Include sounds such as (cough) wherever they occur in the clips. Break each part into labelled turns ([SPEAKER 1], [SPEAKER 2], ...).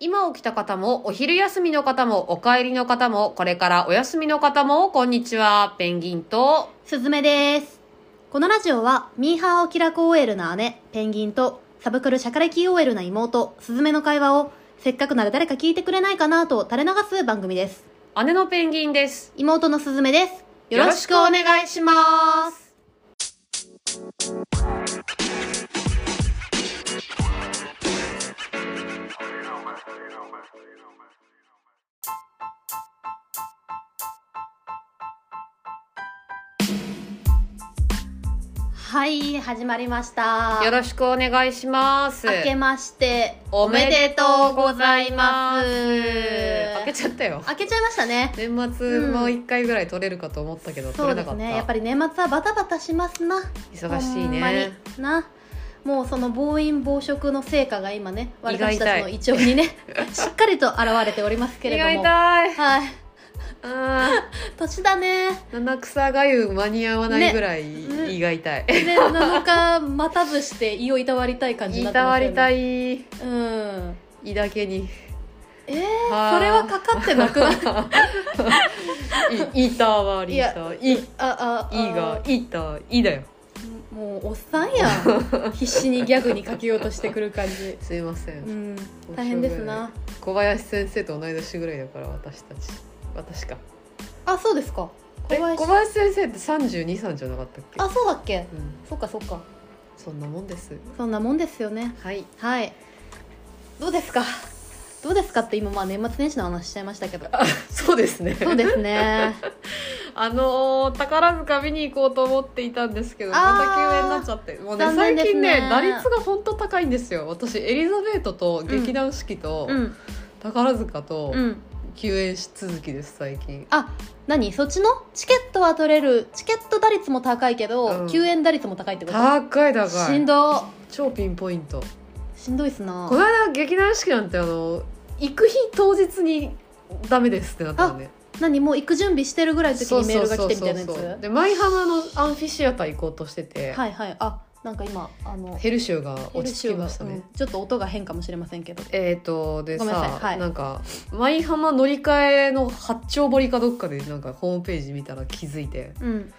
[SPEAKER 1] 今起きた方も、お昼休みの方も、お帰りの方も、これからお休みの方も、こんにちは。ペンギンと、
[SPEAKER 2] すずめです。このラジオは、ミーハーオキラコ OL な姉、ペンギンと、サブクルシャカレキ OL な妹、すずめの会話を、せっかくなら誰か聞いてくれないかなと垂れ流す番組です。
[SPEAKER 1] 姉のペンギンです。
[SPEAKER 2] 妹のすずめです。よろしくお願いし
[SPEAKER 1] 願いしま。
[SPEAKER 2] ますす。はい、始まりました。
[SPEAKER 1] よろしくお願いします。
[SPEAKER 2] 明けまして
[SPEAKER 1] お
[SPEAKER 2] お
[SPEAKER 1] め
[SPEAKER 2] め
[SPEAKER 1] で
[SPEAKER 2] で
[SPEAKER 1] と
[SPEAKER 2] と
[SPEAKER 1] う
[SPEAKER 2] う
[SPEAKER 1] ご
[SPEAKER 2] ご
[SPEAKER 1] ざ
[SPEAKER 2] ざ
[SPEAKER 1] い
[SPEAKER 2] い
[SPEAKER 1] ま
[SPEAKER 2] ますす。
[SPEAKER 1] 開けちゃったよ。
[SPEAKER 2] 開けちゃいましたね。
[SPEAKER 1] 年末もう一回ぐらい取れるかと思ったけど、取
[SPEAKER 2] そう
[SPEAKER 1] れ
[SPEAKER 2] で
[SPEAKER 1] なか
[SPEAKER 2] す
[SPEAKER 1] った。
[SPEAKER 2] ね。やっぱり年末はバタバタしますな。
[SPEAKER 1] 忙しい
[SPEAKER 2] ほんまに
[SPEAKER 1] ね。
[SPEAKER 2] な。もうその暴飲暴食の成果が今ね、
[SPEAKER 1] 胃が痛い
[SPEAKER 2] 私たちの胃腸に
[SPEAKER 1] (laughs)
[SPEAKER 2] ね、しっかりと現れておりますけ
[SPEAKER 1] 胃
[SPEAKER 2] れど
[SPEAKER 1] が
[SPEAKER 2] も。
[SPEAKER 1] 痛い。
[SPEAKER 2] はい。
[SPEAKER 1] あ
[SPEAKER 2] 年だね。
[SPEAKER 1] ー七草がゆ間に合わないぐらい
[SPEAKER 2] ね
[SPEAKER 1] 胃が痛い。
[SPEAKER 2] で、7日、またぶして胃をいたわりたい感じに
[SPEAKER 1] い
[SPEAKER 2] なって
[SPEAKER 1] た
[SPEAKER 2] ま
[SPEAKER 1] わ
[SPEAKER 2] すよ
[SPEAKER 1] り
[SPEAKER 2] ね。
[SPEAKER 1] た
[SPEAKER 2] り
[SPEAKER 1] い
[SPEAKER 2] たい。うん。
[SPEAKER 1] 胃だけに
[SPEAKER 2] えー、
[SPEAKER 1] はー
[SPEAKER 2] それはかかってなくない
[SPEAKER 1] いいたわり
[SPEAKER 2] いや
[SPEAKER 1] た (laughs) いい
[SPEAKER 2] あ、あ、あ
[SPEAKER 1] がいたいだよ
[SPEAKER 2] もうおっさんやん必死にギャグにかけようとしてくる感じ
[SPEAKER 1] すいません、
[SPEAKER 2] うん大変ですな
[SPEAKER 1] 小林先生と同い年ぐらいだから私たち私か
[SPEAKER 2] あそうですか
[SPEAKER 1] え
[SPEAKER 2] 小林
[SPEAKER 1] 小林先生って32歳じゃなかったっけ
[SPEAKER 2] あそうだっけ
[SPEAKER 1] うん、
[SPEAKER 2] そっかそっか
[SPEAKER 1] そんなもんです
[SPEAKER 2] そんなもんですよね
[SPEAKER 1] はい
[SPEAKER 2] はいどうですかどうですかって今まあ年末年始の話しちゃいました
[SPEAKER 1] (laughs)
[SPEAKER 2] けど
[SPEAKER 1] そうですね
[SPEAKER 2] そうですね
[SPEAKER 1] (laughs) あのー宝塚見に行こうと思っていたんですけど
[SPEAKER 2] あー
[SPEAKER 1] また休演になっちゃってもうね
[SPEAKER 2] 残
[SPEAKER 1] 最
[SPEAKER 2] 念
[SPEAKER 1] 近ね
[SPEAKER 2] ですね
[SPEAKER 1] 打率が本当高いんですよ私エリザベートと劇団四季と
[SPEAKER 2] うん
[SPEAKER 1] 宝塚と
[SPEAKER 2] うん
[SPEAKER 1] 休演し続きです最近
[SPEAKER 2] あ何そっちのチケットは取れるチケット打率も高いけ
[SPEAKER 1] う
[SPEAKER 2] ど、
[SPEAKER 1] ん
[SPEAKER 2] 休園打率も高いってこと
[SPEAKER 1] 高い高
[SPEAKER 2] しん
[SPEAKER 1] い
[SPEAKER 2] ど
[SPEAKER 1] 超ピンポイント
[SPEAKER 2] しんどいっすな
[SPEAKER 1] この間劇団四季なんてあの行く日当日にダメですってなったのね
[SPEAKER 2] 何もう行く準備してるぐらいの時にメールが来てみたいなやつ
[SPEAKER 1] そうそうそうそうで舞浜のアンフィシアター行こうとしてて、
[SPEAKER 2] はいはいあなんか今あの
[SPEAKER 1] ヘルシオが落ち着きましたね、
[SPEAKER 2] うんちょっと音が変かもしれませんけど
[SPEAKER 1] えー、とで
[SPEAKER 2] ごめんなさ
[SPEAKER 1] さ
[SPEAKER 2] いはい
[SPEAKER 1] なんか舞浜乗り換えの八丁堀かどっかでなんかホームページ見たら気づいて
[SPEAKER 2] うん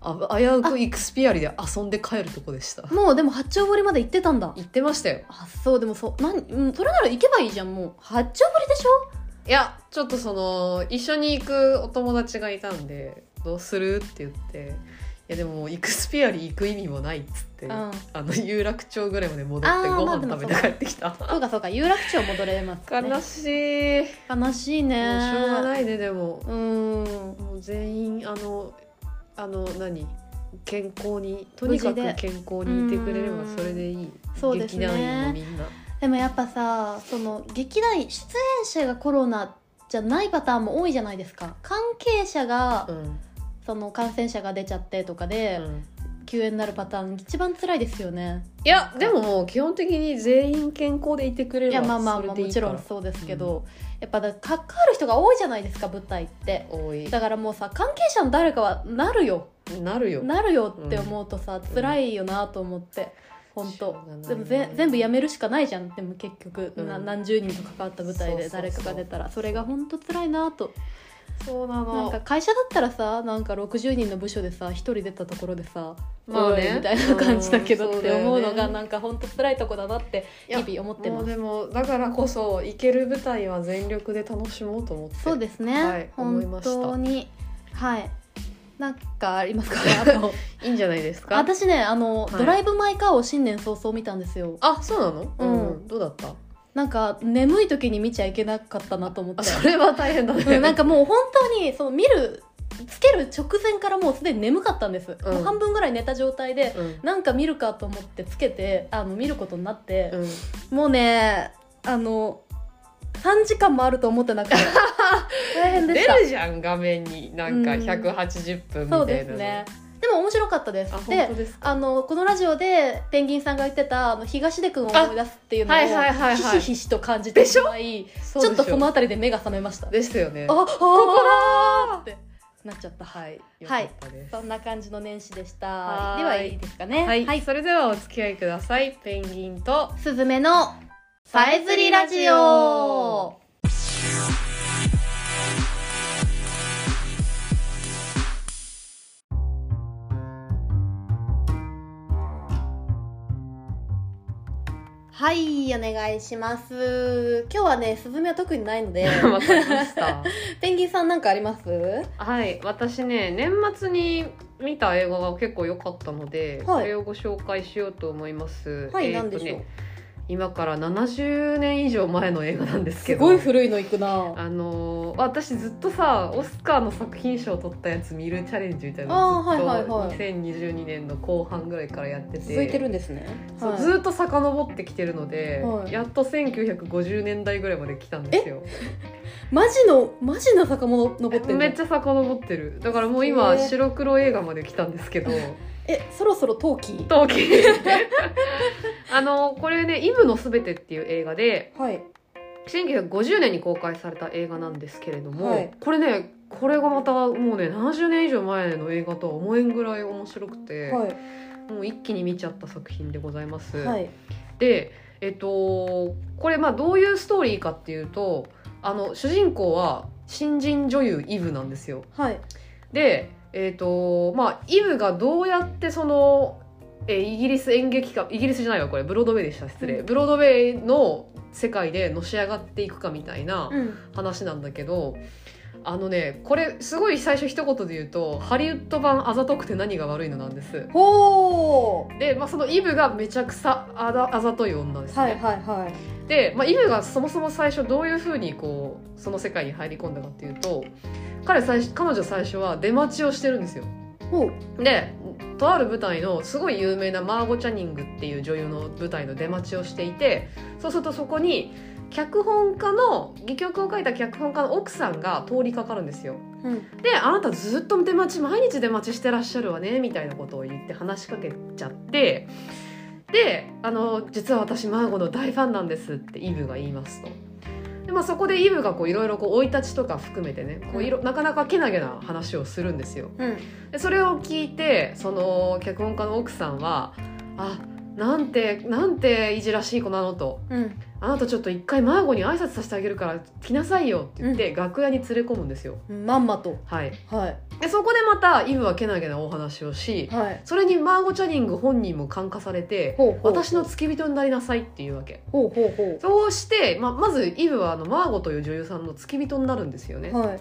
[SPEAKER 1] あ危うくイクスピアリで遊んで帰るとこでした
[SPEAKER 2] もうでも八丁堀まで行ってたんだ
[SPEAKER 1] 行ってましたよ
[SPEAKER 2] あそうでもそうなんうんそれなら行けばいいじゃんもう八丁堀でしょ
[SPEAKER 1] いやちょっとその一緒に行くお友達がいたんで「どうする?」って言って「いやでももうイクスピアリ行く意味もない」っつって、
[SPEAKER 2] うん
[SPEAKER 1] あの有楽町ぐらいまで戻って
[SPEAKER 2] あー
[SPEAKER 1] ご
[SPEAKER 2] まあで
[SPEAKER 1] 飯
[SPEAKER 2] も
[SPEAKER 1] 食べて帰ってきた、
[SPEAKER 2] そうかそうか有楽町戻れます、ね、
[SPEAKER 1] 悲しい、
[SPEAKER 2] 悲しい
[SPEAKER 1] も
[SPEAKER 2] ね
[SPEAKER 1] うしょうがないねでも
[SPEAKER 2] うーん
[SPEAKER 1] もう全員あのあの何健康にとにかく
[SPEAKER 2] 無事で
[SPEAKER 1] 健康にいてくれればそれでいい
[SPEAKER 2] そうですね
[SPEAKER 1] 劇団員のみんな
[SPEAKER 2] でもやっぱさその劇団員出演者がコロナじゃないパターンも多いじゃないですか関係者が、
[SPEAKER 1] うん、
[SPEAKER 2] その感染者が出ちゃってとかで、
[SPEAKER 1] うん
[SPEAKER 2] 休園になるパターン一番辛いですよね
[SPEAKER 1] いやでももう基本的に全員健康でいてくれ
[SPEAKER 2] い
[SPEAKER 1] れ
[SPEAKER 2] や
[SPEAKER 1] ば
[SPEAKER 2] まあまあ
[SPEAKER 1] それ
[SPEAKER 2] まあ
[SPEAKER 1] でい
[SPEAKER 2] も
[SPEAKER 1] い
[SPEAKER 2] ち
[SPEAKER 1] か
[SPEAKER 2] ろん
[SPEAKER 1] ら
[SPEAKER 2] そうですけど、やっぱだから関わる人が多いじゃないですか舞台って
[SPEAKER 1] 多い
[SPEAKER 2] だからもうさ関係者の誰かはなるよ
[SPEAKER 1] なるよ
[SPEAKER 2] なるよって思うとさ、辛いよなと思って本
[SPEAKER 1] しょう
[SPEAKER 2] 当
[SPEAKER 1] がないね
[SPEAKER 2] でもぜ全部やめるしかないじゃんでも結局、
[SPEAKER 1] うん
[SPEAKER 2] な何十人と関わった舞台で誰かが出たらそれが本当辛いなと
[SPEAKER 1] そうな
[SPEAKER 2] なんか会社だったらさなんか60人の部署でさ1人出たところでさ
[SPEAKER 1] まあね
[SPEAKER 2] おいみたいな感じだけ
[SPEAKER 1] うん
[SPEAKER 2] どっ
[SPEAKER 1] そう
[SPEAKER 2] て
[SPEAKER 1] だよね
[SPEAKER 2] 思うのがなんか本当辛いとこだなって日々思って
[SPEAKER 1] も
[SPEAKER 2] ま
[SPEAKER 1] う
[SPEAKER 2] す
[SPEAKER 1] でもだからこそ行ける舞台は全力で楽しもうと思って
[SPEAKER 2] そうですね、
[SPEAKER 1] はい思いま
[SPEAKER 2] 本
[SPEAKER 1] した
[SPEAKER 2] 当にはいなんかあ
[SPEAKER 1] (laughs)
[SPEAKER 2] りますかあと
[SPEAKER 1] いいんじゃないですか
[SPEAKER 2] 私ねあの、
[SPEAKER 1] はい
[SPEAKER 2] ドライブ・マイ・カー」を新年早々見たんですよ
[SPEAKER 1] あそうなの
[SPEAKER 2] うん
[SPEAKER 1] どうだった
[SPEAKER 2] なんか眠い時に見ちゃいけなかったなと思って
[SPEAKER 1] あそれは大変だね、
[SPEAKER 2] うん、なんかもう本当にその見るつける直前からもうすでに眠かったんです、
[SPEAKER 1] ん
[SPEAKER 2] もう半分ぐらい寝た状態で
[SPEAKER 1] うん
[SPEAKER 2] なんか見るかと思ってつけてあの見ることになって、
[SPEAKER 1] うん
[SPEAKER 2] もうねあの3時間もあると思って
[SPEAKER 1] (laughs)
[SPEAKER 2] なくて大変で
[SPEAKER 1] 出
[SPEAKER 2] した
[SPEAKER 1] るじゃん画面になんか
[SPEAKER 2] うん
[SPEAKER 1] 180分みたいなの、
[SPEAKER 2] そうですねでも面白かったです
[SPEAKER 1] あ本
[SPEAKER 2] で
[SPEAKER 1] 当ですか
[SPEAKER 2] あのこのラジオでペンギンさんが言ってたあの東出君を思い出すっていうのを
[SPEAKER 1] あはいはいはいはい
[SPEAKER 2] ひしひしと感じてしまい
[SPEAKER 1] ち
[SPEAKER 2] ちょっとそのあたりで目が覚めましたあ
[SPEAKER 1] ですよね
[SPEAKER 2] ああってなっちゃった
[SPEAKER 1] はいよか
[SPEAKER 2] はい
[SPEAKER 1] ったです
[SPEAKER 2] そんな感じの年始でした
[SPEAKER 1] はーい
[SPEAKER 2] ではいいですかね
[SPEAKER 1] はい、それではお付き合いくださいペンギンと
[SPEAKER 2] すずめのさえずりラジオはい、お願いします。今日はね、スズメは特にないので、
[SPEAKER 1] (laughs) わかりました。
[SPEAKER 2] ペンギンさんなんかあります
[SPEAKER 1] はい、私ね、年末に見た映画が結構良かったので、
[SPEAKER 2] はい
[SPEAKER 1] それをご紹介しようと思います。
[SPEAKER 2] はい、
[SPEAKER 1] えー
[SPEAKER 2] な
[SPEAKER 1] と
[SPEAKER 2] んでしょう
[SPEAKER 1] ね。今から70年以上前の映画なんですけ
[SPEAKER 2] す
[SPEAKER 1] ど。
[SPEAKER 2] ごい古いのいくな
[SPEAKER 1] あのー私ずっとさオスカーの作品賞を取ったやつ見るチャレンジみたいなのをずっと
[SPEAKER 2] あーはいはいはい
[SPEAKER 1] 2022年の後半ぐらいからやってて
[SPEAKER 2] 続いてるんですね。
[SPEAKER 1] そう
[SPEAKER 2] はい
[SPEAKER 1] ずーっと遡ってきてるので、
[SPEAKER 2] はい
[SPEAKER 1] やっと1950年代ぐらいまで来たんですよ
[SPEAKER 2] マジの、マジの坂も登ってるの
[SPEAKER 1] めっちゃ遡ってるだからもう今
[SPEAKER 2] すげえ
[SPEAKER 1] 白黒映画まで来たんですけど
[SPEAKER 2] え、そろそろ陶器
[SPEAKER 1] 陶器
[SPEAKER 2] (laughs)
[SPEAKER 1] あのこれね「イブのすべて」っていう映画で
[SPEAKER 2] はい。
[SPEAKER 1] 1950年に公開された映画なんですけれども、
[SPEAKER 2] はい
[SPEAKER 1] これねこれがまたもうね70年以上前の映画とは思えんぐらい面白くて、
[SPEAKER 2] は
[SPEAKER 1] もう一気に見ちゃった作品でございます。
[SPEAKER 2] い。はい。
[SPEAKER 1] でえっとこれまあどういうストーリーかっていうとあの主人公は新人女優イブなんですよ。
[SPEAKER 2] はい。
[SPEAKER 1] でえっとまあイブがどうやってそのえイギリス演劇かイギリスじゃないわこれブロードウェイでした失礼、
[SPEAKER 2] うん
[SPEAKER 1] ブロードウェイの世界でのし上がっていくかみたいな
[SPEAKER 2] うん。
[SPEAKER 1] 話なんだけど。あのねこれすごい最初一言で言うとハリウッド版あざとくて何が悪いのなんです
[SPEAKER 2] ほー
[SPEAKER 1] で、まあ、そのイブがめちゃくちゃあざあざとい女ですね、
[SPEAKER 2] はいはいはい。
[SPEAKER 1] で、まあ、イブがそもそも最初どういうふうにこうその世界に入り込んだかっていうと彼最初彼女最初は出待ちをしてるんですよ
[SPEAKER 2] ほう。
[SPEAKER 1] でとある舞台のすごい有名なマーゴ・チャニングっていう女優の舞台の出待ちをしていてそうするとそこに脚本家の戯曲を書いた脚本家の奥さんが通りかかるんですよ
[SPEAKER 2] うん。
[SPEAKER 1] であなたずっと出待ち毎日出待ちしてらっしゃるわねみたいなことを言って話しかけちゃってであの実は私マーゴの大ファンなんですってイブが言いますと。でまあ、そこでイブがこういろいろこう生い立ちとか含めてねこういろなかなかけなげな話をするんですよ。
[SPEAKER 2] うん。
[SPEAKER 1] でそれを聞いてその脚本家の奥さんは「あなんてなんていじらしい子なの」と
[SPEAKER 2] うん。
[SPEAKER 1] 「あなたちょっと一回マーゴに挨拶させてあげるから来なさいよ」って言って楽屋に連れ込むんですよ。
[SPEAKER 2] まんまと。
[SPEAKER 1] はい、
[SPEAKER 2] はい。
[SPEAKER 1] でそこでまたイブはけなげなお話をし
[SPEAKER 2] はい。
[SPEAKER 1] それにマーゴ・チャニング本人も感化されて
[SPEAKER 2] ほうほう。
[SPEAKER 1] 私の付き人になりなさいっていうわけ
[SPEAKER 2] ほうほうほ
[SPEAKER 1] そうして、まあ、まずイブはあのマーゴという女優さんの付き人になるんですよね
[SPEAKER 2] う。はい。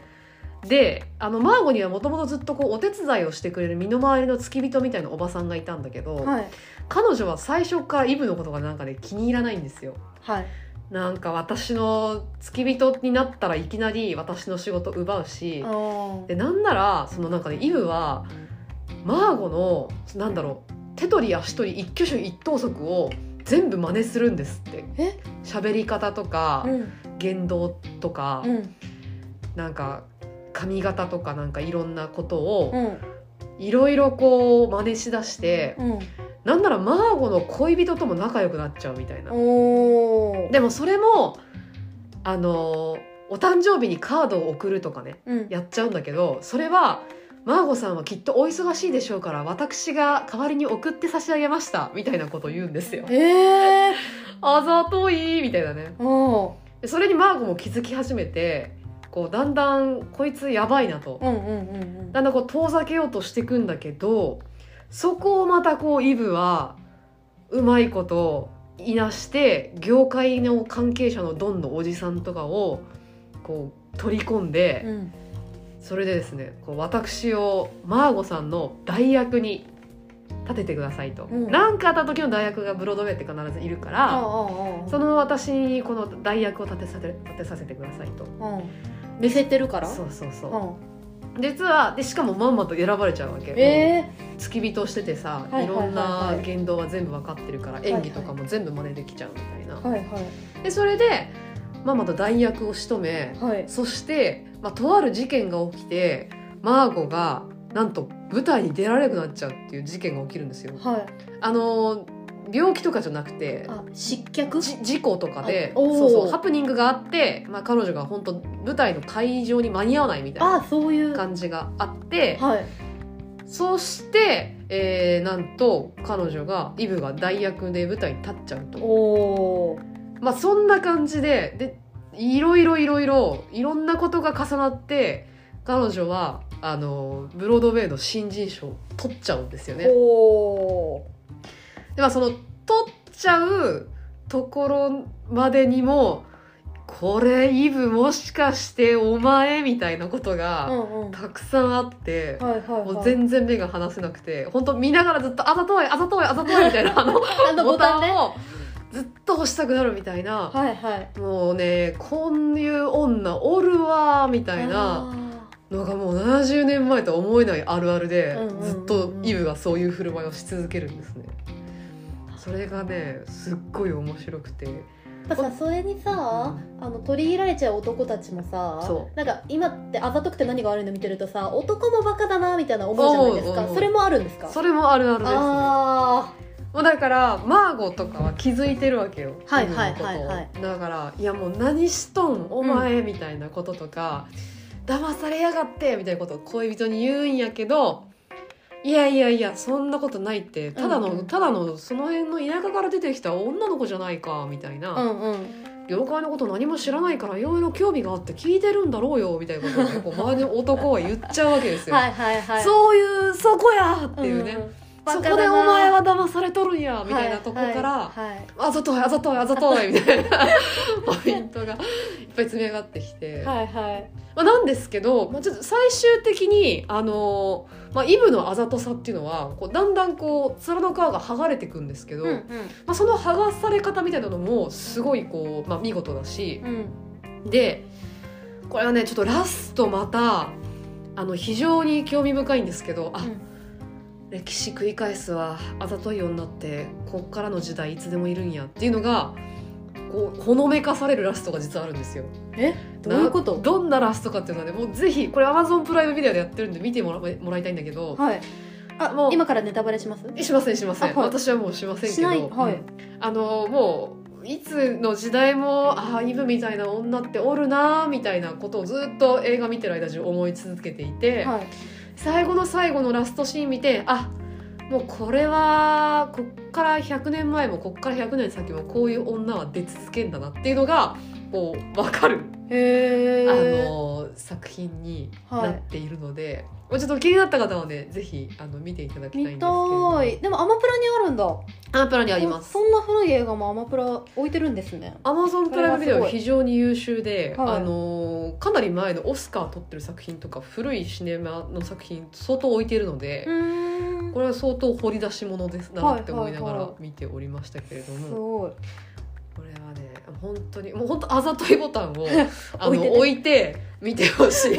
[SPEAKER 1] であのマーゴにはもともとずっとこうお手伝いをしてくれる身の回りの付き人みたいなおばさんがいたんだけど、
[SPEAKER 2] はい。
[SPEAKER 1] 彼女は最初からイブのことがなんかね気に入らないんですよ
[SPEAKER 2] はい。
[SPEAKER 1] なんか私の付き人になったらいきなり私の仕事奪うし
[SPEAKER 2] あー
[SPEAKER 1] でなんならそのなんかねイブはマーゴのなんだろう手取り足取り一挙手一投足を全部真似するんですって
[SPEAKER 2] え
[SPEAKER 1] 喋り方とか
[SPEAKER 2] うん。
[SPEAKER 1] 言動とか、
[SPEAKER 2] うん。
[SPEAKER 1] なんか髪型とかなんかいろんなことを
[SPEAKER 2] うん。
[SPEAKER 1] いろいろこう真似しだして、
[SPEAKER 2] うん。
[SPEAKER 1] なんならマーゴの恋人とも仲良くなっちゃうみたいな。
[SPEAKER 2] おー。
[SPEAKER 1] でもそれもあのーお誕生日にカードを送るとかね
[SPEAKER 2] うん。
[SPEAKER 1] やっちゃうんだけどそれはマーゴさんはきっとお忙しいでしょうから私が代わりに送って差し上げましたみたいなことを言うんですよ。
[SPEAKER 2] えー。
[SPEAKER 1] あざといみたいなね。
[SPEAKER 2] うん。
[SPEAKER 1] でそれにマーゴも気づき始めてこうだんだんこいつやばいなと
[SPEAKER 2] うんうんうんうん。
[SPEAKER 1] だんだんこう遠ざけようとしていくんだけどそこをまたこうイブはうまいこといなして業界の関係者のドンのおじさんとかをこう取り込んで。
[SPEAKER 2] うん。
[SPEAKER 1] それでですねこう私をマーゴさんの代役に立ててくださいと
[SPEAKER 2] うん
[SPEAKER 1] 何、なん、かあった時の代役がブロードウェイって必ずいるか
[SPEAKER 2] ああ
[SPEAKER 1] ら、
[SPEAKER 2] ああ。
[SPEAKER 1] その私にこの代役を立てさせ立てさせてくださいと
[SPEAKER 2] うん。見せてるから。
[SPEAKER 1] そうそうそうう、
[SPEAKER 2] ん。
[SPEAKER 1] 実はでしかもまんまと選ばれちゃうわけ、
[SPEAKER 2] ええ
[SPEAKER 1] もう付き人しててさ、
[SPEAKER 2] はいいはいはいはい
[SPEAKER 1] ろんな言動は全部わかってるから演技とかも全部真似できちゃうみたいな、
[SPEAKER 2] ー。はいはい。
[SPEAKER 1] でそれでママと代役を仕留め
[SPEAKER 2] はい。
[SPEAKER 1] そして、まあ、とある事件が起きてマーゴがなんと舞台に出られなくなっちゃうっていう事件が起きるんですよ。
[SPEAKER 2] はい。
[SPEAKER 1] あの病気とかじゃなくて
[SPEAKER 2] あ、失脚。
[SPEAKER 1] じ事故とかで
[SPEAKER 2] あおー
[SPEAKER 1] そうそうハプニングがあって、まあ、彼女が本当舞台の会場に間に合わないみたいな
[SPEAKER 2] あ、そういう。はい。
[SPEAKER 1] 感じがあって
[SPEAKER 2] はい
[SPEAKER 1] そして、えーなんと彼女がイブが代役で舞台に立っちゃうと。
[SPEAKER 2] おお。
[SPEAKER 1] まあそんな感じででいろいろいろいろいろんなことが重なって彼女はあのブロードウェイの新人賞を取っちゃうんですよね。
[SPEAKER 2] おー
[SPEAKER 1] でまあその取っちゃうところまでにもこれイブもしかしてお前みたいなこと
[SPEAKER 2] う
[SPEAKER 1] が
[SPEAKER 2] んうん
[SPEAKER 1] たくさんあって。
[SPEAKER 2] はいはいはい
[SPEAKER 1] もう全然目が離せなくて本当見ながらずっと「あざといあざといあざとい」み
[SPEAKER 2] (laughs)
[SPEAKER 1] たいなあの
[SPEAKER 2] あの
[SPEAKER 1] ボ
[SPEAKER 2] ボ
[SPEAKER 1] タ
[SPEAKER 2] タンね
[SPEAKER 1] ンをずっと押したくなるみたいな
[SPEAKER 2] はいはい
[SPEAKER 1] もうねこういう女おるわーみたいな
[SPEAKER 2] あ
[SPEAKER 1] のがもう70年前とは思えないあるあるで
[SPEAKER 2] うんうんうんうん
[SPEAKER 1] ずっとイブがそういう振る舞いをし続けるんですね。それがねすっごい面白くて
[SPEAKER 2] ーやっぱさそれにさあの取り入られちゃう男たちもさ
[SPEAKER 1] そ
[SPEAKER 2] なんか今ってあざとくて何が悪いの見てるとさ男もバカだなみたいな思うじゃないで
[SPEAKER 1] おう
[SPEAKER 2] す
[SPEAKER 1] おう
[SPEAKER 2] か
[SPEAKER 1] おう
[SPEAKER 2] それもあるんですか
[SPEAKER 1] それもあるあるですね。
[SPEAKER 2] あ
[SPEAKER 1] もうだからマーゴとかは気づいてるわけよ
[SPEAKER 2] はい
[SPEAKER 1] 自分のことを
[SPEAKER 2] はいはいはい
[SPEAKER 1] だから「いやもう何しとんお前」みたいなこととか「騙されやがって」みたいなことを恋人に言うんやけど「いやいやいやそんなことないってただの、
[SPEAKER 2] うん
[SPEAKER 1] ただのその辺の田舎から出てきた女の子じゃないか」みたいな、
[SPEAKER 2] ーうんうん
[SPEAKER 1] 業界のこと何も知らないからいろいろ興味があって聞いてるんだろうよ」みたいなことをねこう周りの男は言っちゃうわけですよ。
[SPEAKER 2] はいはいはい
[SPEAKER 1] そういうそこやっていうね、
[SPEAKER 2] んん
[SPEAKER 1] そこ
[SPEAKER 2] バ
[SPEAKER 1] で
[SPEAKER 2] カだな
[SPEAKER 1] お前は騙されとるんやみたいなとこから、
[SPEAKER 2] はいはい
[SPEAKER 1] あざといあざといあざといみたいな
[SPEAKER 2] (laughs)
[SPEAKER 1] ポイントがいっぱい積み上がってきて、
[SPEAKER 2] はいはい
[SPEAKER 1] まあ、なんですけど、まあ、ちょっと最終的に、あのーまあ、イブのあざとさっていうのはこうだんだんこう面の皮が剥がれていくんですけど、
[SPEAKER 2] うん
[SPEAKER 1] まあ、その剥がされ方みたいなのもすごいこう、まあ、見事だし
[SPEAKER 2] うん
[SPEAKER 1] でこれはねちょっとラストまたあの非常に興味深いんですけどあ、
[SPEAKER 2] うん
[SPEAKER 1] 歴史繰り返すはあざとい女ってこっからの時代いつでもいるんやっていうのがこうほのめかされるラストが実はあるんですよ
[SPEAKER 2] えどういうこと
[SPEAKER 1] などんなラストかっていうのはねもうぜひこれ Amazon プライムビデオでやってるんで見てもらもらいたいんだけど
[SPEAKER 2] はいあ
[SPEAKER 1] もう
[SPEAKER 2] 今からネタバレします
[SPEAKER 1] しませんしません、
[SPEAKER 2] あはい
[SPEAKER 1] 私はもうしませんけ
[SPEAKER 2] し
[SPEAKER 1] ど
[SPEAKER 2] ないはい
[SPEAKER 1] うんあのもういつの時代もああイブみたいな女っておるなーみたいなことをずっと映画見てる間中思い続けていて、
[SPEAKER 2] はい
[SPEAKER 1] 最後の最後のラストシーン見てあもうこれはこっから100年前もこっから100年先もこういう女は出続けんだなっていうのがこう分かる、
[SPEAKER 2] へえ
[SPEAKER 1] あの作品に
[SPEAKER 2] はい
[SPEAKER 1] なっているので、もうちょっと気になった方はねぜひあの見ていただきたいんですけ
[SPEAKER 2] 見
[SPEAKER 1] れ
[SPEAKER 2] た
[SPEAKER 1] ども
[SPEAKER 2] いでもアマプラにあるんだ
[SPEAKER 1] アマプラにあります
[SPEAKER 2] そんな古い映画もアマプラ置いてるんですね
[SPEAKER 1] アマゾンプライムビデ
[SPEAKER 2] これ
[SPEAKER 1] オ
[SPEAKER 2] はすごい
[SPEAKER 1] 非常に優秀で、
[SPEAKER 2] はい
[SPEAKER 1] あのーかなり前のオスカー撮ってる作品とか古いシネマの作品相当置いてるので、
[SPEAKER 2] ん
[SPEAKER 1] これは相当掘り出し物ですなって思いなが
[SPEAKER 2] は
[SPEAKER 1] ら
[SPEAKER 2] いはい
[SPEAKER 1] 見ておりましたけれども、
[SPEAKER 2] すごい
[SPEAKER 1] これはね本当にもう本当あざといボタンをあの
[SPEAKER 2] (laughs) 置
[SPEAKER 1] 置
[SPEAKER 2] い
[SPEAKER 1] い,、
[SPEAKER 2] てね
[SPEAKER 1] て見てほし
[SPEAKER 2] (laughs)
[SPEAKER 1] い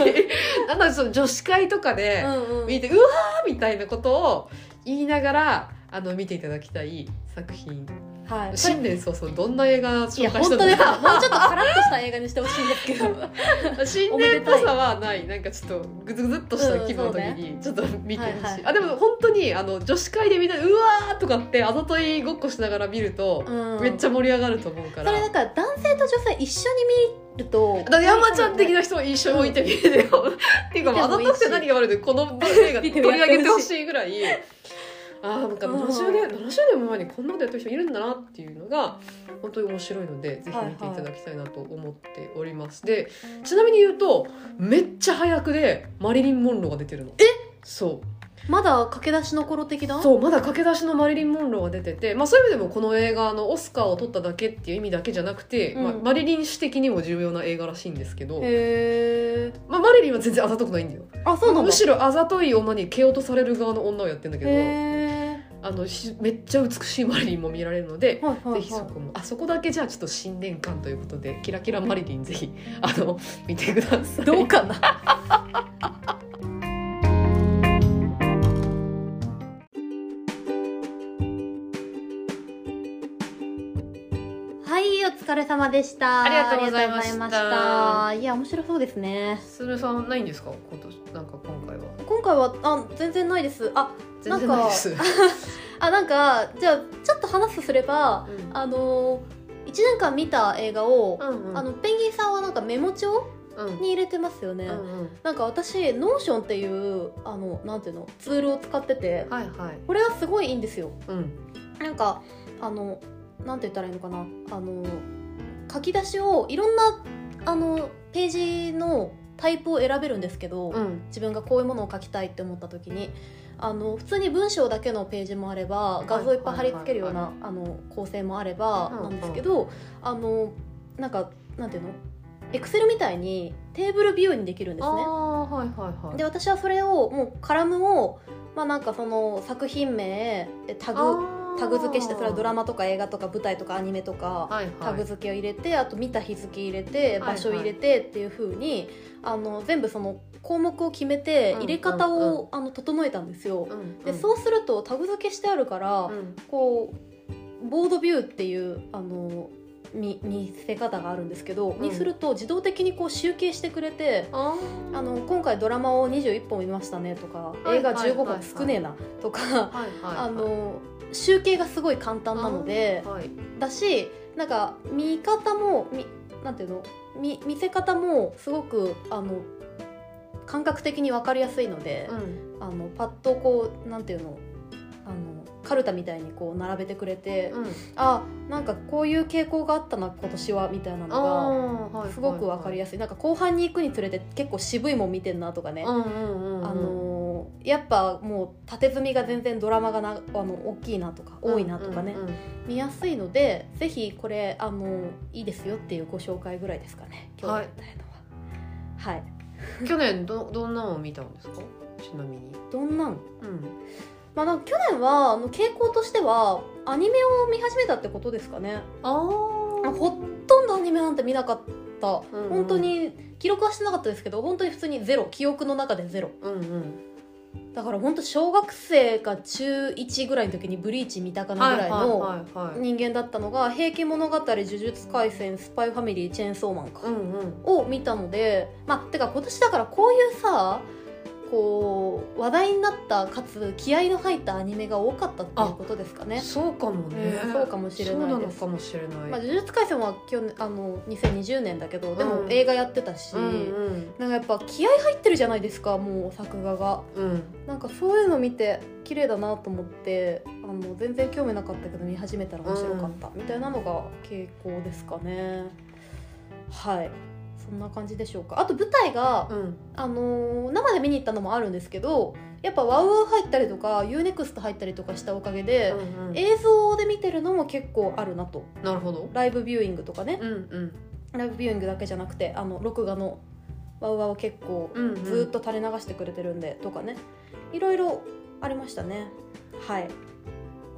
[SPEAKER 1] なんだその女子会とかで
[SPEAKER 2] ん
[SPEAKER 1] 見て、うわーみたいなことを言いながらあの見ていただきたい作品
[SPEAKER 2] はい
[SPEAKER 1] 新年早々どんな映画
[SPEAKER 2] い
[SPEAKER 1] 紹
[SPEAKER 2] や
[SPEAKER 1] 介
[SPEAKER 2] 本
[SPEAKER 1] した
[SPEAKER 2] 当ですよもうちょっ
[SPEAKER 1] か
[SPEAKER 2] とカラッとした映画にしてほしいんですけど
[SPEAKER 1] (laughs) 新年っぽさはないなんかちょっとグズグズっとした気分の時にちょっと見てほしい、
[SPEAKER 2] はいはい
[SPEAKER 1] あでも本当にあの女子会でみんな「うわ!」とかってあざといごっこしながら見ると、
[SPEAKER 2] うん
[SPEAKER 1] めっちゃ盛り上がると思うか
[SPEAKER 2] そ
[SPEAKER 1] ら
[SPEAKER 2] れだから男性と女性一緒に見ると
[SPEAKER 1] だから山ちゃん的な人を一緒に置いてみるよ、 (laughs) っていうか
[SPEAKER 2] 見てもいいし
[SPEAKER 1] あざとくて何が悪いのこの映画取り上げてほしいぐらいあーなんか
[SPEAKER 2] うん
[SPEAKER 1] 70年70年も前にこんなことやってる人いるんだなっていうのが本当に面白いのでぜひ見ていただきたいなと思っております、でちなみに言うとめっちゃ早くでマリリン・モンローが出てるのえそう
[SPEAKER 2] まだ駆け出しの頃的な
[SPEAKER 1] そうまだ駆け出しのマリリン・モンローが出てて、まあ、そういう意味でもこの映画のオスカーを取っただけっていう意味だけじゃなくて、
[SPEAKER 2] うん
[SPEAKER 1] まあマリリン史的にも重要な映画らしいんですけど、
[SPEAKER 2] へえ
[SPEAKER 1] まあ、マリリンは全然あざとくないんだよ
[SPEAKER 2] あそうなんだ
[SPEAKER 1] むしろあざとい女に蹴落とされる側の女をやってんだけ
[SPEAKER 2] へ
[SPEAKER 1] ど
[SPEAKER 2] え
[SPEAKER 1] あのしめっちゃ美しいマリリンも見られるので、
[SPEAKER 2] はいはいはい
[SPEAKER 1] ぜひそこもあそこだけじゃあちょっと新年感ということでキラキラマリリンぜ
[SPEAKER 2] (laughs)
[SPEAKER 1] ひあの見てください。
[SPEAKER 2] どうかな (laughs) はいお疲れ様でした
[SPEAKER 1] ありがとうございました
[SPEAKER 2] ありがとうございましたいや面白そうですね
[SPEAKER 1] スルさんないんですか今年なんか今回は
[SPEAKER 2] 今回はあ全然ないですあ
[SPEAKER 1] 全然ないです。
[SPEAKER 2] あなんかじゃあちょっと話すとすればあの1年間見た映画を、
[SPEAKER 1] うんうん
[SPEAKER 2] あのペンギンさんはなんかメモ帳
[SPEAKER 1] うん
[SPEAKER 2] に入れてますよね、
[SPEAKER 1] うんうん
[SPEAKER 2] なんか私ノーションっていうあのなんていうのツールを使ってて
[SPEAKER 1] はいはい。
[SPEAKER 2] これはすごいいいんですよ
[SPEAKER 1] うん
[SPEAKER 2] なんかあのなんて言ったらいいのかなあの書き出しをいろんなあのページのタイプを選べるんですけど、
[SPEAKER 1] うん
[SPEAKER 2] 自分がこういうものを書きたいって思った時にあの普通に文章だけのページもあれば画像いっぱい貼り付けるようなあの構成もあれば
[SPEAKER 1] うんうん
[SPEAKER 2] なんですけど、あのなんかなんていうのエクセルみたいにテーブルビューにできるんです
[SPEAKER 1] あ
[SPEAKER 2] ね。
[SPEAKER 1] あはいはいはい
[SPEAKER 2] で私はそれをもうカラムをまあなんかその作品名えタグ
[SPEAKER 1] あー
[SPEAKER 2] タグ付けしてそれはドラマとか映画とか舞台とかアニメとか、
[SPEAKER 1] はいはい
[SPEAKER 2] タグ付けを入れてあと見た日付入れて
[SPEAKER 1] はい
[SPEAKER 2] 場所入れてっていう風にあの全部その項目を決めて
[SPEAKER 1] うん
[SPEAKER 2] 入れ方を、
[SPEAKER 1] うん
[SPEAKER 2] あの整えたんですよ。
[SPEAKER 1] うんうん
[SPEAKER 2] でそうするとタグ付けしてあるから、
[SPEAKER 1] うん
[SPEAKER 2] こうボードビューっていうあの見見せ方があるんですけど、
[SPEAKER 1] ん
[SPEAKER 2] にすると自動的にこう集計してくれて。
[SPEAKER 1] あ
[SPEAKER 2] あの今回ドラマを21本見ましたねとか
[SPEAKER 1] はい
[SPEAKER 2] 映画15
[SPEAKER 1] はいは
[SPEAKER 2] 本
[SPEAKER 1] い
[SPEAKER 2] 少ねえなとか
[SPEAKER 1] ーはいはいはい
[SPEAKER 2] あの集計がすごい簡単なので
[SPEAKER 1] あーはい
[SPEAKER 2] だしなんか見方もみなんていうの見見せ方もすごくあの感覚的に分かりやすいので、
[SPEAKER 1] うん
[SPEAKER 2] あのパッとこうなんていうのあのカルタみたいにこう並べてくれて、
[SPEAKER 1] うん
[SPEAKER 2] あなんかこういう傾向があったな今年はみたいなの
[SPEAKER 1] あーはい
[SPEAKER 2] がすごく分かりやすいなんか後半に行くにつれて結構渋いもん見てんなとかね、
[SPEAKER 1] うんうんうんうん
[SPEAKER 2] あのやっぱもう縦積みが全然ドラマがなあの大きいなとか多いなとかね、
[SPEAKER 1] うんうんうん
[SPEAKER 2] 見やすいのでぜひこれあのいいですよっていうご紹介ぐらいですかね今日やったいのははい、
[SPEAKER 1] 去年どどんなのを見たんですかちなみに
[SPEAKER 2] どんな
[SPEAKER 1] う
[SPEAKER 2] ん
[SPEAKER 1] ん
[SPEAKER 2] まあなんか去年はあの傾向としてはアニメを見始めたってことですかね
[SPEAKER 1] あ
[SPEAKER 2] あ
[SPEAKER 1] あ
[SPEAKER 2] ほとんどアニメなんて見なかった、
[SPEAKER 1] うんうん
[SPEAKER 2] 本当に記録はしてなかったですけど本当に普通にゼロ記憶の中でゼロ
[SPEAKER 1] うんうん
[SPEAKER 2] だから本当小学生か中1ぐらいの時にブリーチ見たかなぐらいの
[SPEAKER 1] はいはいはいはい
[SPEAKER 2] 人間だったのが「平家物語」「呪術廻戦」「スパイファミリー」「チェーンソーマン」か、
[SPEAKER 1] うんうん
[SPEAKER 2] を見たのでまあてか今年だからこういうさこう話題になったかつ気合いの入ったアニメが多かったっていうことですかね。
[SPEAKER 1] そうかもね、
[SPEAKER 2] うんそうかもしれないです
[SPEAKER 1] そうなのかもしれない、
[SPEAKER 2] まあ、呪術廻戦は去年あの2020年だけどでも
[SPEAKER 1] うん
[SPEAKER 2] 映画やってたし、
[SPEAKER 1] うんうん
[SPEAKER 2] なんかやっぱ気合入ってるじゃないですかもう作画が
[SPEAKER 1] うん
[SPEAKER 2] なんかそういうの見て綺麗だなと思ってあの全然興味なかったけど見始めたら面白かった、みたいなのが傾向ですかねはいそんな感じでしょうかあと舞台が
[SPEAKER 1] うん
[SPEAKER 2] あのー生で見に行ったのもあるんですけどやっぱワウワウ入ったりとか UNEXT 入ったりとかしたおかげで、
[SPEAKER 1] うんうん
[SPEAKER 2] 映像で見てるのも結構あるなと
[SPEAKER 1] なるほど
[SPEAKER 2] ライブビューイングとかね
[SPEAKER 1] う、んうん
[SPEAKER 2] ライブビューイングだけじゃなくてあの録画のワウワウを結構
[SPEAKER 1] うんうん
[SPEAKER 2] ずーっと垂れ流してくれてるんで、とかねいろいろありましたねはい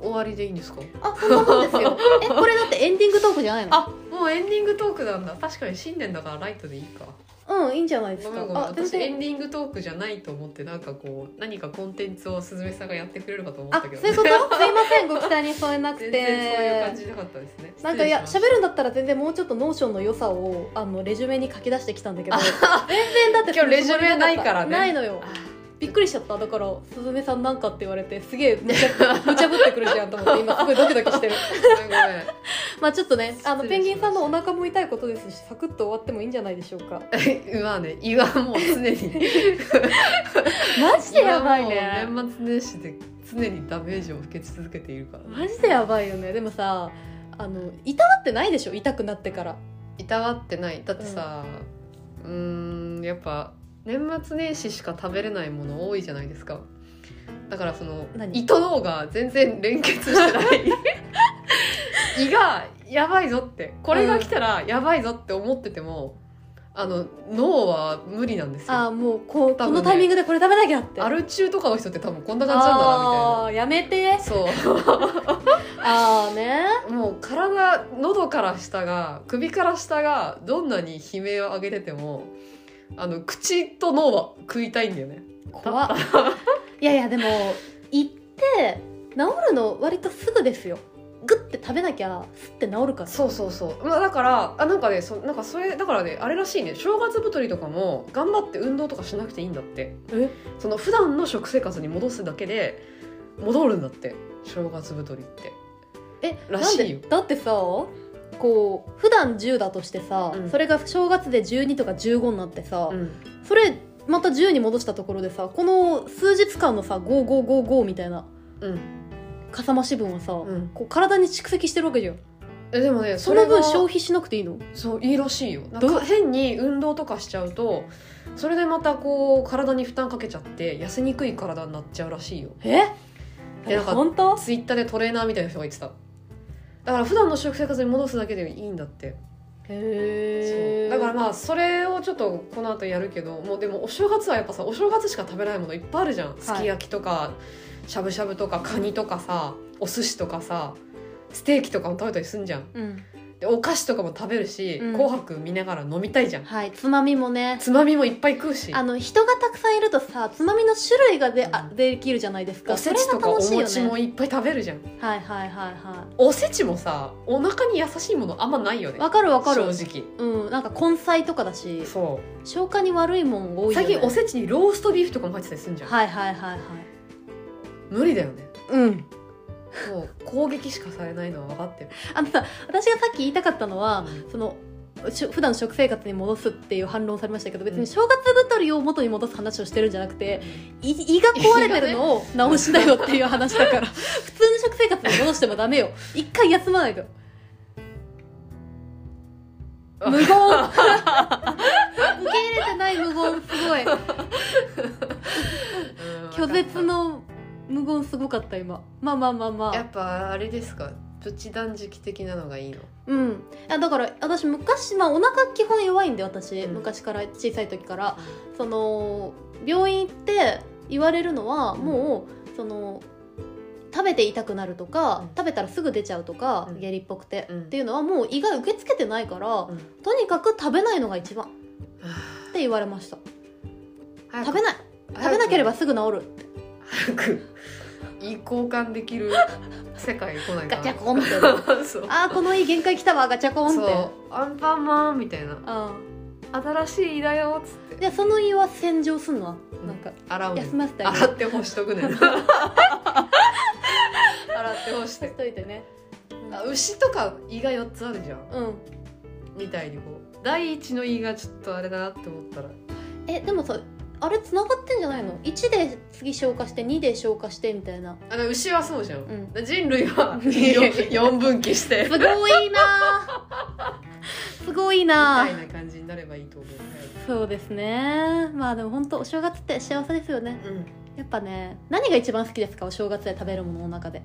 [SPEAKER 1] 終わりでいいんですか
[SPEAKER 2] あそんなもん (laughs) ですよえこれだってエンディングトークじゃないの
[SPEAKER 1] あもうエンディングトークなんだ確かに新年だからライトでいいか
[SPEAKER 2] うんいいんじゃないです
[SPEAKER 1] ご
[SPEAKER 2] か
[SPEAKER 1] めんごめん
[SPEAKER 2] あ全
[SPEAKER 1] 私エ
[SPEAKER 2] 然
[SPEAKER 1] ンディングトークじゃないと思ってなんかこう何かコンテンツをすずめさんがやってくれるかと思っ
[SPEAKER 2] あ
[SPEAKER 1] た
[SPEAKER 2] そう
[SPEAKER 1] け
[SPEAKER 2] いう
[SPEAKER 1] ど、
[SPEAKER 2] ことすいませんご期待に添えなくて
[SPEAKER 1] 全然そういう感じじゃなかったですね
[SPEAKER 2] なんかいや
[SPEAKER 1] 失
[SPEAKER 2] 喋
[SPEAKER 1] 礼し
[SPEAKER 2] るんだったら全然もうちょっとノーションの良さをあのレジュメに書き出してきたんだけど全然だって
[SPEAKER 1] 今日レジュメないからね
[SPEAKER 2] ないのよ
[SPEAKER 1] ました
[SPEAKER 2] びっくりしちゃっただから「すずめさんなんか」って言われてすげえむちゃむちゃぶってくるじゃんと思って今すごいドキドキしてる
[SPEAKER 1] ごめんごめん
[SPEAKER 2] まあちょっとねあの
[SPEAKER 1] 失
[SPEAKER 2] ペ
[SPEAKER 1] 礼しました
[SPEAKER 2] ンギンさんのお腹も痛いことですしサクッと終わってもいいんじゃないでしょう
[SPEAKER 1] (laughs)
[SPEAKER 2] か
[SPEAKER 1] まあね胃はもう常
[SPEAKER 2] (laughs)
[SPEAKER 1] に
[SPEAKER 2] マジでやばい
[SPEAKER 1] 胃は
[SPEAKER 2] ね
[SPEAKER 1] もう年末年始で常にダメージを受け続けているから、
[SPEAKER 2] マジでやばいよねでもさあの痛がってないでしょ痛くなってから
[SPEAKER 1] いたわってないだってさうーんやっぱ年末年始しか食べれないもの多いじゃないですかだからその
[SPEAKER 2] 何
[SPEAKER 1] 胃と脳が全然連結してない
[SPEAKER 2] (laughs)
[SPEAKER 1] 胃がやばいぞってこれが来たらやばいぞって思ってても、あの脳は無理なんですよ
[SPEAKER 2] ああもうこう、
[SPEAKER 1] 多
[SPEAKER 2] こ
[SPEAKER 1] 分ね
[SPEAKER 2] のタイミングでこれ食べなきゃって
[SPEAKER 1] アル中とかの人って多分こんな感じなんだなみたいな
[SPEAKER 2] あーやめて
[SPEAKER 1] そう
[SPEAKER 2] ああね
[SPEAKER 1] もう体喉から下が首から下がどんなに悲鳴を上げててもあの口と脳は食いたいんだよね (laughs)
[SPEAKER 2] 怖っいやいやでも行って治るの割とすぐですよグッて食べなきゃすって治るから
[SPEAKER 1] そうそうそう、まあ、だからあなんかねそなんかそれだからねあれらしいね正月太りとかも頑張って運動とかしなくていいんだって
[SPEAKER 2] え
[SPEAKER 1] その普段の食生活に戻すだけで戻るんだって正月太りって
[SPEAKER 2] え
[SPEAKER 1] らしいよ
[SPEAKER 2] なんでだってさこう普段10だとしてさ、
[SPEAKER 1] うん
[SPEAKER 2] それが正月で12とか15になってさ、
[SPEAKER 1] うん
[SPEAKER 2] それまた10に戻したところでさこの数日間のさ5555みたいな
[SPEAKER 1] うん
[SPEAKER 2] かさ増し分はさ、
[SPEAKER 1] うん
[SPEAKER 2] こう体に蓄積してるわけじゃん
[SPEAKER 1] えでもね
[SPEAKER 2] その分
[SPEAKER 1] れが
[SPEAKER 2] 消費しなくていいの
[SPEAKER 1] そういいらしいよなん
[SPEAKER 2] どう
[SPEAKER 1] か変に運動とかしちゃうとそれでまたこう体に負担かけちゃって痩せにくい体になっちゃうらしいよ
[SPEAKER 2] え
[SPEAKER 1] えなんか
[SPEAKER 2] 本当
[SPEAKER 1] ツイッターでトレーナーみたいな人が言ってただから普段の食生活に戻すだけでいいんだって
[SPEAKER 2] へ
[SPEAKER 1] そう
[SPEAKER 2] え
[SPEAKER 1] だからまあそれをちょっとこの後やるけどもうでもお正月はやっぱさお正月しか食べないものいっぱいあるじゃん、すき焼きとかしゃぶしゃぶとかカニとかさお寿司とかさステーキとかも食べたりすんじゃん
[SPEAKER 2] うん
[SPEAKER 1] でお菓子とかも食べるし「
[SPEAKER 2] うん
[SPEAKER 1] 紅白」見ながら飲みたいじゃん
[SPEAKER 2] はいつまみもね
[SPEAKER 1] つまみもいっぱい食うし
[SPEAKER 2] あの人がたくさんいるとさつまみの種類がであできるじゃないですか
[SPEAKER 1] おせちとかお
[SPEAKER 2] それが楽
[SPEAKER 1] 餅
[SPEAKER 2] しいよ
[SPEAKER 1] も
[SPEAKER 2] ね
[SPEAKER 1] いっぱい食べるじゃん、
[SPEAKER 2] はいはいはいは
[SPEAKER 1] おせちもさお腹に優しいものあんまないよ
[SPEAKER 2] い
[SPEAKER 1] ね
[SPEAKER 2] わかるわかる
[SPEAKER 1] 正直
[SPEAKER 2] うんなんか根菜とかだし
[SPEAKER 1] そ
[SPEAKER 2] 消化に悪いもん多
[SPEAKER 1] う
[SPEAKER 2] いよ
[SPEAKER 1] 最
[SPEAKER 2] ね
[SPEAKER 1] 近おせちにローストビーフとかも入ってたりするんじゃん、
[SPEAKER 2] はいはいはいはい
[SPEAKER 1] 無理だよね
[SPEAKER 2] うん
[SPEAKER 1] もう攻撃しかされないのは分かってる
[SPEAKER 2] あのさ私がさっき言いたかったのは、
[SPEAKER 1] うん
[SPEAKER 2] そのしょ普段の食生活に戻すっていう反論されましたけど別
[SPEAKER 1] う
[SPEAKER 2] に
[SPEAKER 1] ん
[SPEAKER 2] 正月太りを元に戻す話をしてるんじゃなくて、い胃が壊れてるのを直しなよっていう話だ
[SPEAKER 1] (laughs)
[SPEAKER 2] から普通の食生活に戻してもダメよ一回休まない
[SPEAKER 1] (laughs)
[SPEAKER 2] と無言 (laughs) 受け入れてない無言すごい拒絶の無言すごかった今まあまあまあまあ
[SPEAKER 1] やっぱあれですかプチ断食的なのがいいの
[SPEAKER 2] うん、あだから私昔、まあ、お腹基本弱いんで私、
[SPEAKER 1] うん
[SPEAKER 2] 昔から小さい時からその病院行って言われるのは
[SPEAKER 1] うん
[SPEAKER 2] もう、その食べて痛くなるとか、
[SPEAKER 1] うん
[SPEAKER 2] 食べたらすぐ出ちゃうとか、
[SPEAKER 1] うん
[SPEAKER 2] 下痢っぽくて、
[SPEAKER 1] うん
[SPEAKER 2] っていうのはもう胃が受け付けてないから、
[SPEAKER 1] うん
[SPEAKER 2] とにかく食べないのが一番
[SPEAKER 1] は
[SPEAKER 2] って言われました
[SPEAKER 1] あ
[SPEAKER 2] 食べない
[SPEAKER 1] 早
[SPEAKER 2] 食
[SPEAKER 1] く
[SPEAKER 2] べなければすぐ治る
[SPEAKER 1] 早くいい交換できる世界来ないかな
[SPEAKER 2] ガチャコンみたいな
[SPEAKER 1] (laughs) そう
[SPEAKER 2] あーこの胃限界来たわガチャコンっ
[SPEAKER 1] そ
[SPEAKER 2] て
[SPEAKER 1] うアンパンマンみたいな
[SPEAKER 2] あ
[SPEAKER 1] 新しい胃だよっつって
[SPEAKER 2] でその胃は洗浄すんのなんか
[SPEAKER 1] 洗うの
[SPEAKER 2] 休ませてあげる
[SPEAKER 1] 洗って干しとくねん (laughs) 洗って干し
[SPEAKER 2] して
[SPEAKER 1] て
[SPEAKER 2] といてね
[SPEAKER 1] あ牛とか胃が4つあるじゃん
[SPEAKER 2] うん
[SPEAKER 1] みたいにこう第一の胃がちょっとあれだなって思ったら
[SPEAKER 2] えでもさあれ繋がってんじゃないの1で次消化して2で消化してみたいな
[SPEAKER 1] あの牛はそうじゃん、
[SPEAKER 2] ん
[SPEAKER 1] 人類は
[SPEAKER 2] いや
[SPEAKER 1] 4分岐して
[SPEAKER 2] (laughs) すごいな (laughs) ぁすごい
[SPEAKER 1] み
[SPEAKER 2] な
[SPEAKER 1] たい
[SPEAKER 2] ぁ
[SPEAKER 1] な感じになればいいと思う、
[SPEAKER 2] そうですねまあでも本当お正月って幸せですよね
[SPEAKER 1] うん、
[SPEAKER 2] やっぱね何が一番好きですかお正月で食べるものの中で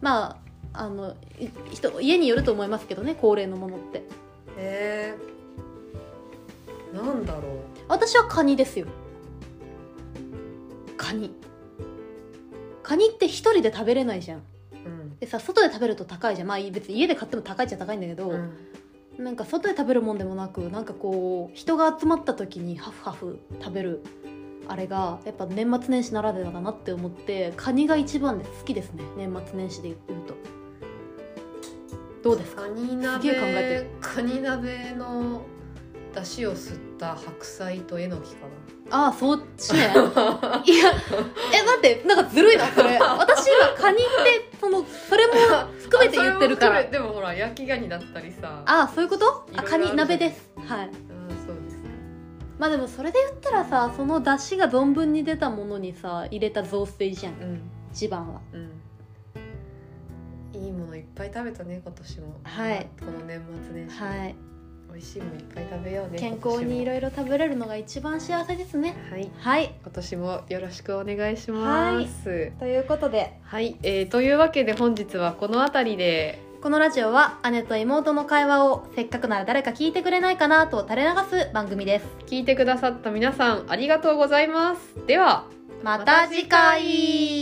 [SPEAKER 2] まああのい人家によると思いますけどね恒例のものって
[SPEAKER 1] えー、なんだろう
[SPEAKER 2] 私はカニですよカニカニって一人で食べれないじゃん
[SPEAKER 1] うん、
[SPEAKER 2] でさ外で食べると高いじゃんまあ別に家で買っても高いっちゃ高いんだけど、
[SPEAKER 1] うん
[SPEAKER 2] なんか外で食べるもんでもなくなんかこう人が集まった時にハフハフ食べるあれがやっぱ年末年始ならではだなって思ってカニが一番です好きですね年末年始で言うとどうですか
[SPEAKER 1] カニ
[SPEAKER 2] すげえ考
[SPEAKER 1] 鍋
[SPEAKER 2] え
[SPEAKER 1] カニ鍋の出汁を吸った白菜とえのきか
[SPEAKER 2] ああそっち
[SPEAKER 1] (laughs)
[SPEAKER 2] ね
[SPEAKER 1] ない
[SPEAKER 2] やえ待ってなんかずるいなそれ私今カニってそのそれも含めて言ってるか
[SPEAKER 1] あそれも含
[SPEAKER 2] ら
[SPEAKER 1] めでもほら焼きガニだったりさ
[SPEAKER 2] ああそういうこと
[SPEAKER 1] いろいろあ
[SPEAKER 2] あ
[SPEAKER 1] る
[SPEAKER 2] カニ鍋ですはい
[SPEAKER 1] うんそうですね
[SPEAKER 2] まあでもそれで言ったらさその出汁が存分に出たものにさ入れた雑炊じゃん
[SPEAKER 1] うん
[SPEAKER 2] 一番は
[SPEAKER 1] うんいいものいっぱい食べたね今年も
[SPEAKER 2] はい
[SPEAKER 1] この年末年始、
[SPEAKER 2] はい
[SPEAKER 1] 美味しいもんいっぱい食べようね
[SPEAKER 2] 健康にい
[SPEAKER 1] 今
[SPEAKER 2] ろいろ食べれるのが一番幸せですね
[SPEAKER 1] 年もはい
[SPEAKER 2] はい
[SPEAKER 1] 今年もよろしくお願いしますはい、
[SPEAKER 2] ということで
[SPEAKER 1] えーというわけで本日はこの辺りで
[SPEAKER 2] このラジオは姉と妹の会話をせっかくなら誰か聞いてくれないかなと垂れ流す番組です
[SPEAKER 1] 聞いてくださった皆さんありがとうございますでは
[SPEAKER 2] また次回